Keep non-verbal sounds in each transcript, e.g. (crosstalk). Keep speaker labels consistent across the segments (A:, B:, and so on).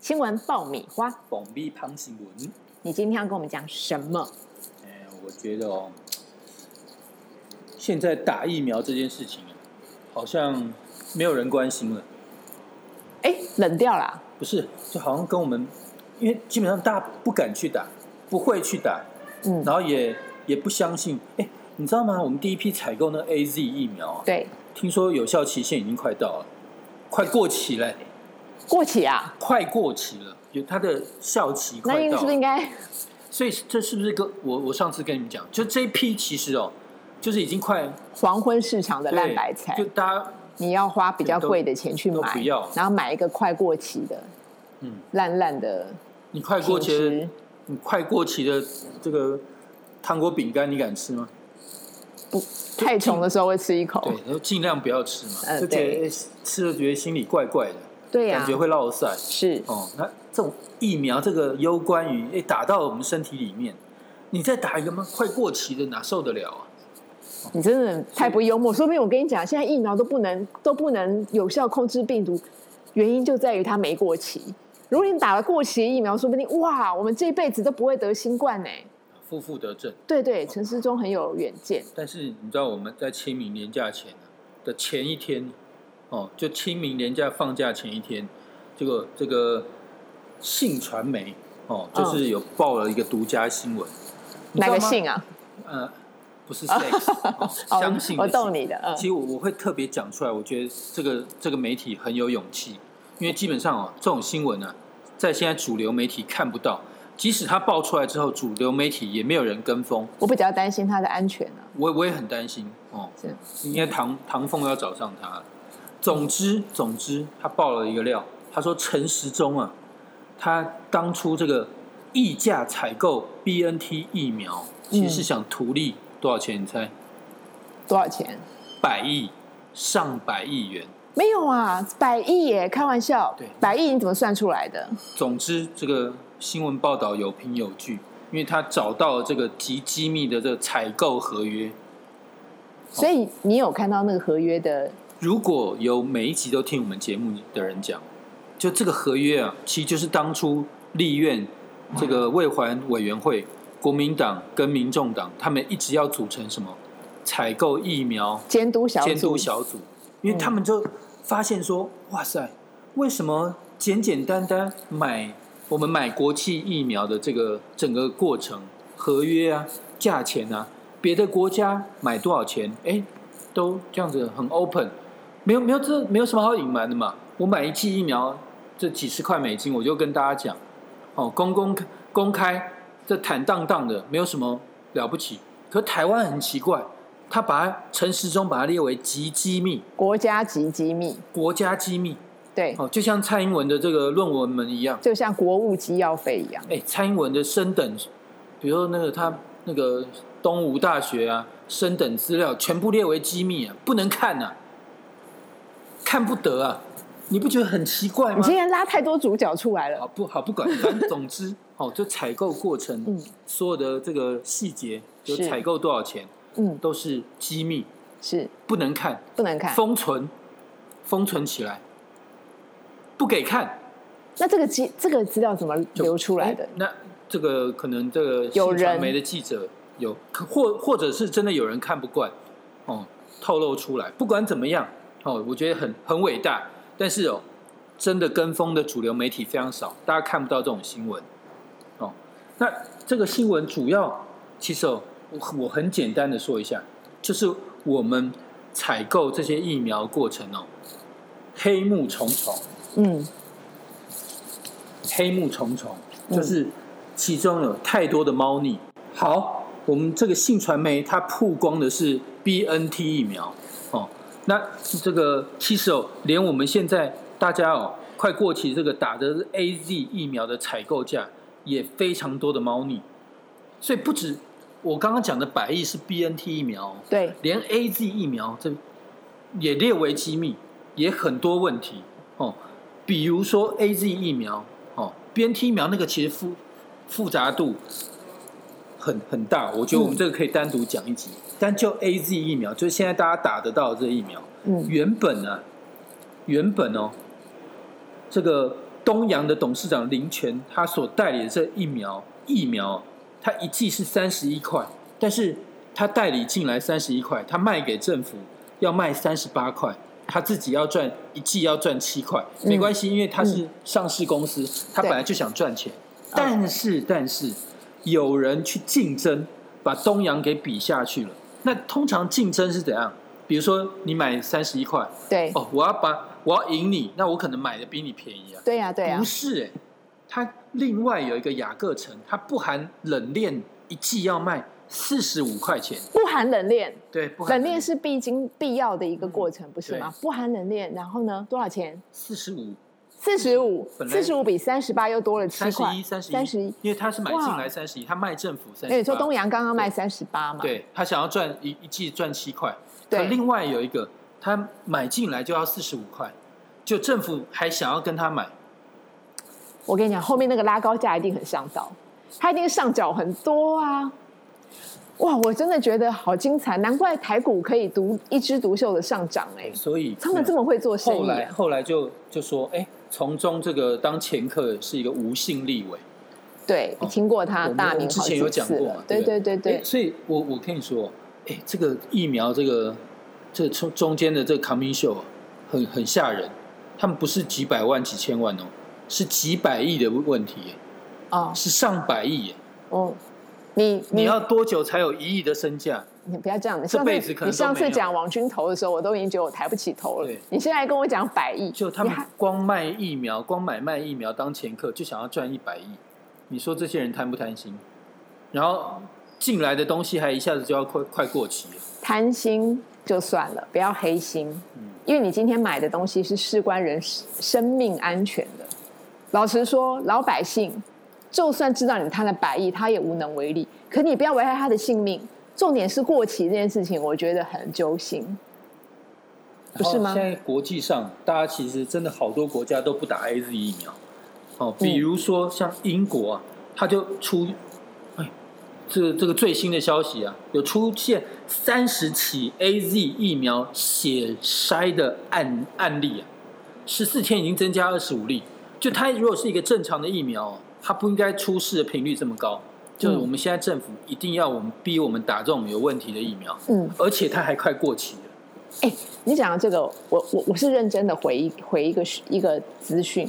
A: 新闻爆米花，
B: bomb 潘新闻。
A: 你今天要跟我们讲什么？
B: 哎，我觉得哦，现在打疫苗这件事情啊，好像没有人关心了。
A: 哎，冷掉啦。
B: 不是，就好像跟我们，因为基本上大家不敢去打，不会去打，
A: 嗯，
B: 然后也也不相信。哎，你知道吗？我们第一批采购那 A Z 疫苗、啊，
A: 对，
B: 听说有效期限已经快到了，快过期了，
A: 过期啊，
B: 快过期了，就它的效期快
A: 那
B: 到了。
A: 应是不是应该？
B: 所以这是不是跟我我上次跟你们讲，就这一批其实哦，就是已经快
A: 黄昏市场的烂白菜
B: 对，就大家
A: 你要花比较贵的钱去
B: 都
A: 买
B: 不要，
A: 然后买一个快过期的
B: 嗯，
A: 烂烂的
B: 你快过
A: 品
B: 期的
A: 质，，
B: 你快过期的这个糖果饼干，你敢吃吗？
A: 太穷的时候会吃一口。
B: 对，然后尽量不要吃嘛，
A: 哦呃
B: 就觉得
A: 对
B: 哎吃了觉得心里怪怪的，
A: 对啊呀
B: 感觉，会落塞
A: 是
B: 哦。那这种疫苗这个攸关于哎打到我们身体里面，你再打一个嘛快过期的哪受得了啊？
A: 你真的太不幽默。说不定我跟你讲，现在疫苗都不能都不能有效控制病毒，原因就在于它没过期。如果你打了过期的疫苗，说不定哇，我们这一辈子都不会得新冠呢、欸
B: 负负得正。
A: 对对，陈思忠很有远见，
B: 但是你知道我们在清明年假前啊的前一天，哦，就清明年假放假前一天，这个这个信传媒哦，
A: 嗯
B: 就是有报了一个独家新闻，你知
A: 哪
B: 道
A: 个
B: 吗？
A: 姓啊？
B: 呃，不
A: (laughs)
B: 是 sex，、哦、
A: 哦
B: 相信，
A: 我
B: 信
A: 逗你的，嗯
B: 其，实我我会特别讲出来，我觉得这个这个媒体很有勇气，因为基本上哦，这种新闻呢、在现在主流媒体看不到，即使它爆出来之后，主流媒体也没有人跟风，
A: 我比较担心他的安全啊。
B: 我我也很担心哦。
A: 是
B: 应该唐唐凤要找上他了。总之，总之，他爆了一个料，他说陈时中啊，他当初这个溢价采购 BNT 疫苗，其实是想图利多少钱？你猜？
A: 多少钱？
B: 百亿、上百亿元。
A: 没有啊，百亿耶！开玩笑
B: 对，
A: 百亿你怎么算出来的？
B: 总之，这个新闻报道有凭有据，因为他找到了这个极机密的这个采购合约。
A: 所以你有看到那个合约的？
B: 如果有每一集都听我们节目的人讲，就这个合约啊，其实就是当初立院这个卫环委员会、国民党跟民众党他们一直要组成什么采购疫苗
A: 监督小组，嗯
B: 监督小组，因为他们就发现说，哇塞，为什么简简单单买我们买国际疫苗的这个整个过程、合约啊、价钱啊，别的国家买多少钱，哎，都这样子很 open，没有没有这没有什么好隐瞒的嘛。我买一剂疫苗这几十块美金，我就跟大家讲，哦，公公公开，这坦荡荡的，没有什么了不起。可台湾很奇怪，他把它陈时中把它列为极机密、
A: 国家级机密，
B: 国家机密，
A: 对，
B: 哦，就像蔡英文的这个论文们一样。
A: 就像国务机要费一样。
B: 哎、蔡英文的升等，比如说那个他那个东吴大学啊，升等资料全部列为机密啊，不能看啊，看不得啊，你不觉得很奇怪
A: 你
B: 吗
A: 今？天拉太多主角出来了
B: 好，不好不管，反正总之，哦，就采购过程，
A: 嗯
B: 所有的这个细节，有
A: 是
B: 采购多少钱，
A: 嗯，
B: 都是机密，
A: 是
B: 不能看，
A: 不能看。
B: 封存，封存起来，不给看。
A: 那这个机这个资料怎么
B: 就
A: 流出来的
B: 哎？那这个可能这个
A: 有
B: 新传
A: 人
B: 媒的记者有，可或或者是真的有人看不惯，哦，透露出来。不管怎么样，哦，我觉得很很伟大，但是哦，真的跟风的主流媒体非常少，大家看不到这种新闻。哦，那这个新闻主要其实哦，我我很简单的说一下，就是我们采购这些疫苗过程哦，黑幕重重。
A: 嗯，
B: 黑幕重重，
A: 嗯
B: 就是其中有太多的猫腻。好，我们这个信传媒它曝光的是 BNT 疫苗哦，那这个其实哦，连我们现在大家哦快过期这个打的 AZ 疫苗的采购价也非常多的猫腻，所以不止我刚刚讲的百亿是 BNT 疫苗哦、
A: 对，
B: 连 A Z 疫苗这也列为机密，也很多问题哦。比如说 A Z 疫苗哦，B N T 疫苗那个其实复复杂度很很大，我觉得我们这个可以单独讲一集。但就 A Z 疫苗，就是现在大家打得到的这个疫苗，
A: 嗯
B: 原本呢、原本哦，这个东洋的董事长林权他所代理的这疫苗疫苗，他一剂是三十一块，但是他代理进来三十一块，他卖给政府要卖三十八块。他自己要赚一季要赚七块，没关系，因为他是上市公司，他
A: 对
B: 本来就想赚钱。但是，但是有人去竞争，把东洋给比下去了。那通常竞争是怎样？比如说你买三十一块，
A: 对
B: 哦，我要把我要赢你，那我可能买的比你便宜啊。
A: 对呀对呀
B: 不，是哎、它另外有一个雅各城，它不含冷链，一季要卖四十五块钱。
A: 不含冷链，
B: 对，不含
A: 冷链是必经必要的一个过程，不是吗？不含冷链，然后呢，多少钱？
B: 四十五、
A: 四十五，
B: 本来
A: 四十五比三十八又多了七
B: 三十
A: 块
B: 一、，三十一、
A: 三十一。
B: 因为他是买进来
A: 哇
B: 三十一，他卖政府三
A: 因为
B: 十。
A: 你说东阳刚刚卖三十八嘛，
B: 对他想要赚一一季赚七块，
A: 对
B: 可另外有一个他买进来就要四十五块，就政府还想要跟他买，
A: 我跟你讲，后面那个拉高价一定很上道，它一定上缴很多啊！哇，我真的觉得好精彩，难怪台股可以独一枝独秀的上涨哎、
B: 所以
A: 他们这么会做生
B: 后
A: 意、
B: 来
A: 啊，
B: 后来就就说，哎，从中这个当前客是一个无性立委，
A: 对，
B: 哦
A: 听过他
B: 我们
A: 啊大
B: 我们
A: 名
B: 之
A: 好
B: 前
A: 几
B: 有讲
A: 次
B: 过
A: 了
B: 嘛，，
A: 对
B: 对
A: 对对
B: 不哎
A: 对，
B: 所以我我跟你说，哎，这个疫苗这个这个中中间的这个 commission 秀啊很很吓人，他们不是几百万几千万哦，是几百亿的问题耶，
A: 哦
B: 是上百亿耶，
A: 哦，你
B: 你要多久才有一亿的身价？
A: 你不要这样，你
B: 这
A: 上
B: 辈子
A: 次
B: 可能
A: 你
B: 都
A: 上
B: 没
A: 次
B: 有
A: 讲王军头的时候，我都已经觉得我抬不起头了
B: 对，
A: 你现在跟我讲百亿，
B: 就他
A: 你
B: 们
A: 还
B: 光卖疫苗，光买卖疫苗当前客，就想要赚一百亿。你说这些人贪不贪心？然后进来的东西还一下子就要快快过期了。
A: 贪心就算了，不要黑心，
B: 嗯
A: 因为你今天买的东西是事关人生命安全的。老实说，老百姓就算知道你贪了百亿，他也无能为力。可你不要危害他的性命。重点是过期这件事情，我觉得很揪心。不是吗
B: 哦然后现在国际上，大家其实真的好多国家都不打 A Z 疫苗。哦，
A: 嗯
B: 比如说像英国啊，它就出，哎，这个这个最新的消息啊，有出现三十起 A Z 疫苗血筛的案案例啊，十四天已经增加二十五例。就它如果是一个正常的疫苗、哦，它不应该出事的频率这么高。就是
A: 嗯
B: 我们现在政府一定要我们逼我们打这种有问题的疫苗，
A: 嗯，
B: 而且它还快过期了。
A: 哎、你讲到这个，我我我是认真的回一回一个一个资讯，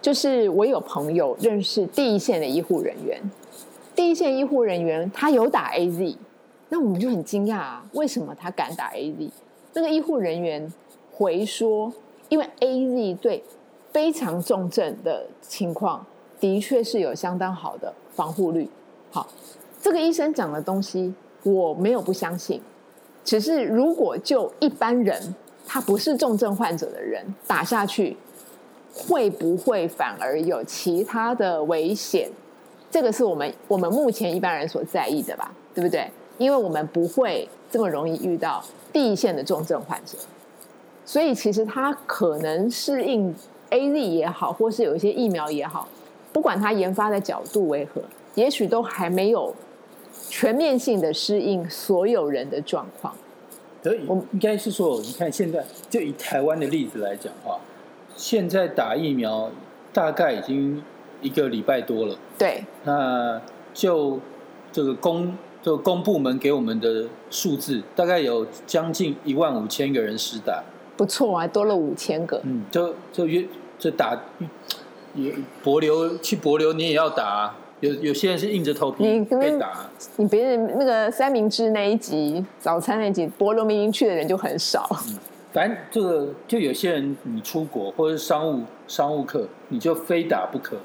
A: 就是我有朋友认识第一线的医护人员，第一线医护人员他有打 AZ，那我们就很惊讶啊，为什么他敢打 AZ？那个医护人员回说，因为 AZ 对非常重症的情况的确是有相当好的防护率。好，这个医生讲的东西我没有不相信，只是如果就一般人，他不是重症患者的人打下去，会不会反而有其他的危险？这个是我们我们目前一般人所在意的吧，对不对？因为我们不会这么容易遇到第一线的重症患者，所以其实他可能适应 A Z 也好，或是有一些疫苗也好，不管他研发的角度为何，也许都还没有全面性的适应所有人的状况。
B: 所以
A: 我们
B: 应该是说，你看现在就以台湾的例子来讲话，现在打疫苗大概已经一个礼拜多了。
A: 对，
B: 那就这个公这个公部门给我们的数字，大概有将近一万五千个人施打。
A: 不错啊，多了五千个。
B: 嗯，就就约就打，也博流去博流你也要打、啊，有有些人是硬着头皮
A: 你
B: 被打啊、
A: 你别人那个三明治那一集，早餐那一集，博罗明明去的人就很少。
B: 嗯反正这个就有些人你出国或者是商务商务课，你就非打不可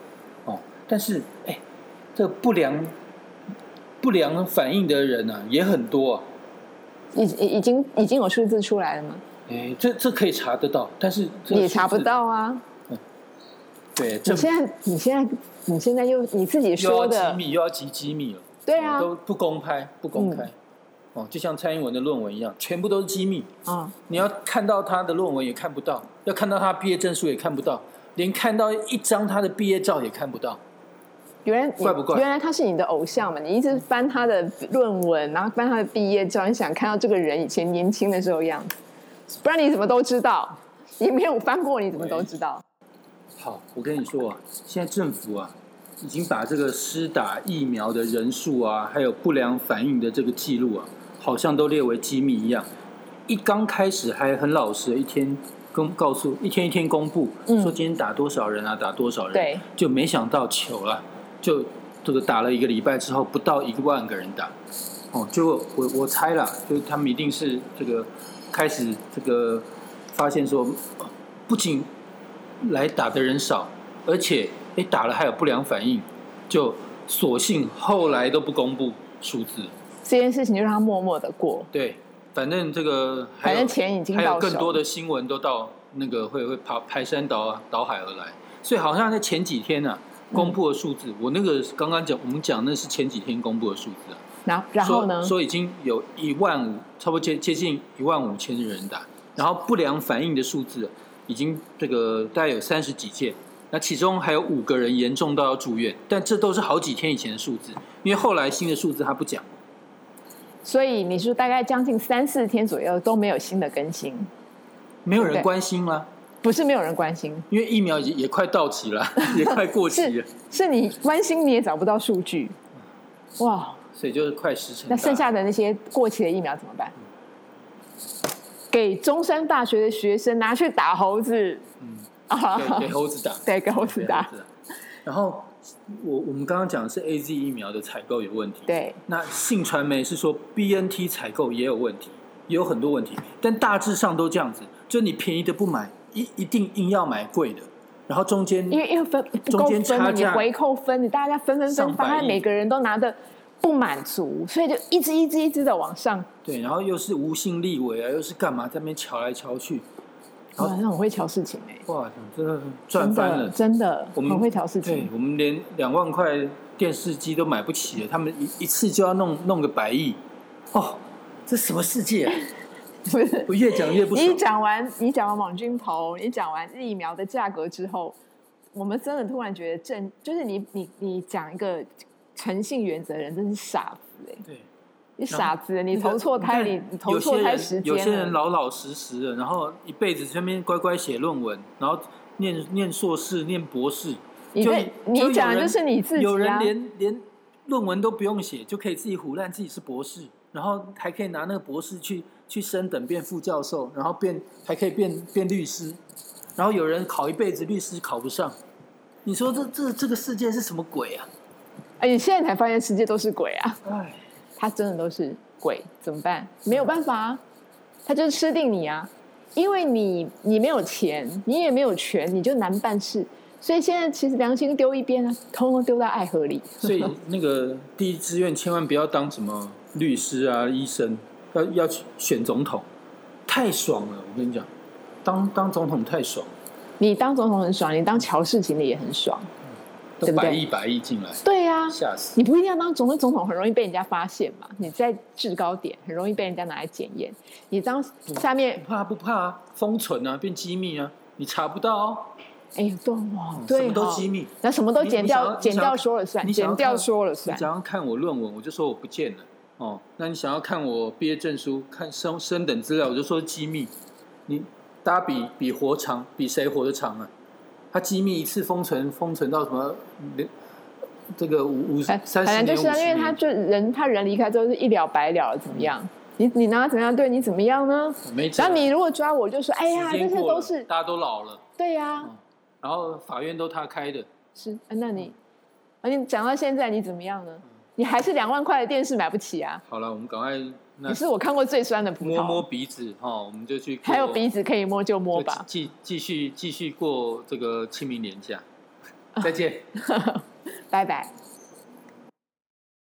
B: 哦。但是哎，这不良不良反应的人啊也很多啊，
A: 已已已经已经有数字出来了吗？
B: 哎，这这可以查得到，但是这
A: 也查不。到啊！
B: 对，
A: 你
B: 政府
A: 现在你现在你现在又你自己
B: 又要
A: 说
B: 机
A: 的，
B: 啊密又要集机密了，
A: 对啊嗯
B: 哦都不公开不公开、哦，就像蔡英文的论文一样，全部都是机密。
A: 啊、
B: 你要看到他的论文也看不到，要看到他毕业证书也看不到，连看到一张他的毕业照也看不到。
A: 原来你
B: 怪不怪
A: 原来他是你的偶像嘛？你一直翻他的论文，然后翻他的毕业照，你想看到这个人以前年轻的时候样子，不然你怎么都知道？你没有翻过，你怎么都知道？
B: 好，我跟你说啊，现在政府啊，已经把这个施打疫苗的人数啊，还有不良反应的这个记录啊，好像都列为机密一样。一刚开始还很老实，一天公告诉一天一天公布，
A: 嗯
B: 说今天打多少人啊，打多少人，
A: 对，
B: 就没想到糗了，就这个打了一个礼拜之后，不到一万个人打，哦，就我我猜啦，就是他们一定是这个开始这个发现说，哦不仅来打的人少，而且诶打了还有不良反应，就索性后来都不公布数字，
A: 这件事情就让它默默的过。
B: 对，反正这个还
A: 反
B: 有
A: 正钱已经
B: 还有
A: 到
B: 更多
A: 手，
B: 的新闻都到那个会会爬排山倒啊倒海而来，所以好像在前几天啊公布的数字，我那个刚刚讲我们讲那是前几天公布的数字啊，
A: 然后然后呢
B: 说？说已经有一万五，差不多接接近一万五千人打，然后不良反应的数字已经这个大概有三十几件，那其中还有五个人严重到要住院，但这都是好几天以前的数字，因为后来新的数字他不讲，
A: 所以你说大概将近三四天左右都没有新的更新，
B: 没有人
A: 对
B: 关心啦，
A: 不是没有人关心，
B: 因为疫苗也也快到
A: (laughs)
B: 期了，也快过期了
A: 是。是你关心你也找不到数据，哇！
B: 所以就是快十成大。
A: 那剩下的那些过期的疫苗怎么办？给中山大学的学生拿去打猴子
B: 嗯，
A: 啊！ (laughs)
B: 给给猴子打，
A: 对，给猴子打
B: 给。猴然后我我们刚刚讲的是 A Z 疫苗的采购有问题，。
A: 对，
B: 那信传媒是说 B N T 采购也有问题，也有很多问题，但大致上都这样子，就你便宜的不买，一一定硬要买贵的，然后中间
A: 因为因为分不
B: 中
A: 够
B: 间
A: 分
B: 差
A: 嘛，你
B: 价
A: 回扣分，你大家分分
B: 上
A: 分，
B: 百
A: 发现
B: 亿
A: 每个人都拿的不满足，所以就一支一支一支的往上，
B: 对，然后又是无信立委啊，又是干嘛在那边瞧来瞧去，好
A: 哇，那很会挑事情哎，
B: 哇，真的赚
A: 真
B: 翻
A: 的
B: 了。
A: 真的
B: 我们
A: 很会挑事
B: 对
A: 情，，
B: 我们连两万块电视机都买不起了，他们一一次就要弄弄个百亿，哦，这什么世界、啊？
A: 是 (laughs) 不是？
B: 我越讲越不
A: 你
B: 爽
A: 一。讲完你讲完网军头，你讲完疫苗的价格之后，我们真的突然觉得正就是你你你讲一个诚信原则的人真是傻子哎，
B: 对，
A: 你傻子，欸你
B: 那个
A: 投错胎，
B: 看
A: 你你投
B: 有些
A: 错胎
B: 人
A: 时
B: 有些
A: 间
B: 人
A: 了，
B: 老老实实的，然后一辈子这边乖乖写论文，然后念念硕士、念博士。
A: 你
B: 就
A: 这
B: 就
A: 你
B: 有
A: 讲的就
B: 人
A: 是你自己
B: 有人
A: 啊。
B: 连连论文都不用写，就可以自己胡乱自己是博士，然后还可以拿那个博士去去升等变副教授，然后变还可以变变律师，然后有人考一辈子律师考不上，你说这这这个世界是什么鬼啊？
A: 哎，你现在才发现世界都是鬼啊！
B: 哎，
A: 他真的都是
B: (laughs)
A: 鬼，怎么办？没有办法啊，他就是吃定你啊！因为你你没有钱，你也没有权，你就难办事。所以现在其实良心丢一边啊，通通丢到爱河里。 (laughs)
B: 所以那个第一志愿千万不要当什么律师啊、医生，要要去选总统，太爽了！我跟你讲，当当总统太爽了，
A: 你当总统很爽，你当乔氏情理也很爽。
B: 都
A: 对不对
B: 百亿百亿进来，
A: 对呀、
B: 吓死！
A: 你不一定要当总统，总统很容易被人家发现嘛。你在制高点很容易被人家拿来检验。你当下面
B: 怕不怕啊？封存啊，变机密啊，你查不到哦。
A: 哎呦，对哦，
B: 什
A: 对
B: 么都
A: 哦
B: 机密，
A: 那什么都
B: 你
A: 剪
B: 你想
A: 掉，
B: 要
A: 剪
B: 你想要
A: 掉说了算，
B: 你想要
A: 剪掉
B: 看
A: 说了
B: 你
A: 算。
B: 想要看我论文，我就说我不见了。哦，那你想要看我毕业证书、看升升等资料，我就说机密。你大家比比活长，比谁活得长啊？他机密一次封存，封存到什么？嗯这个五五
A: 哎
B: 三十
A: 反
B: 年、
A: 正
B: 五
A: 就是啊，
B: 十
A: 因为他
B: 年
A: 就人他人离开之后是一了百了，怎么样？你你拿他怎么样对你怎么样呢？
B: 没辙。
A: 然后你如果抓我，就说哎呀，这
B: 时间
A: 些
B: 过
A: 都
B: 了
A: 是
B: 大家都老了，
A: 对呀、
B: 然后法院都他开的，
A: 是。啊那你，而你讲到现在你怎么样呢？你还是两万块的电视买不起啊！
B: 好了，我们赶快那
A: 你是我看过最酸的葡萄，
B: 摸摸鼻子哈、哦，我们就去过
A: 还有鼻子可以摸就摸吧。
B: 继继继
A: 啊
B: 续继续过这个清明年假，再见。
A: 拜拜。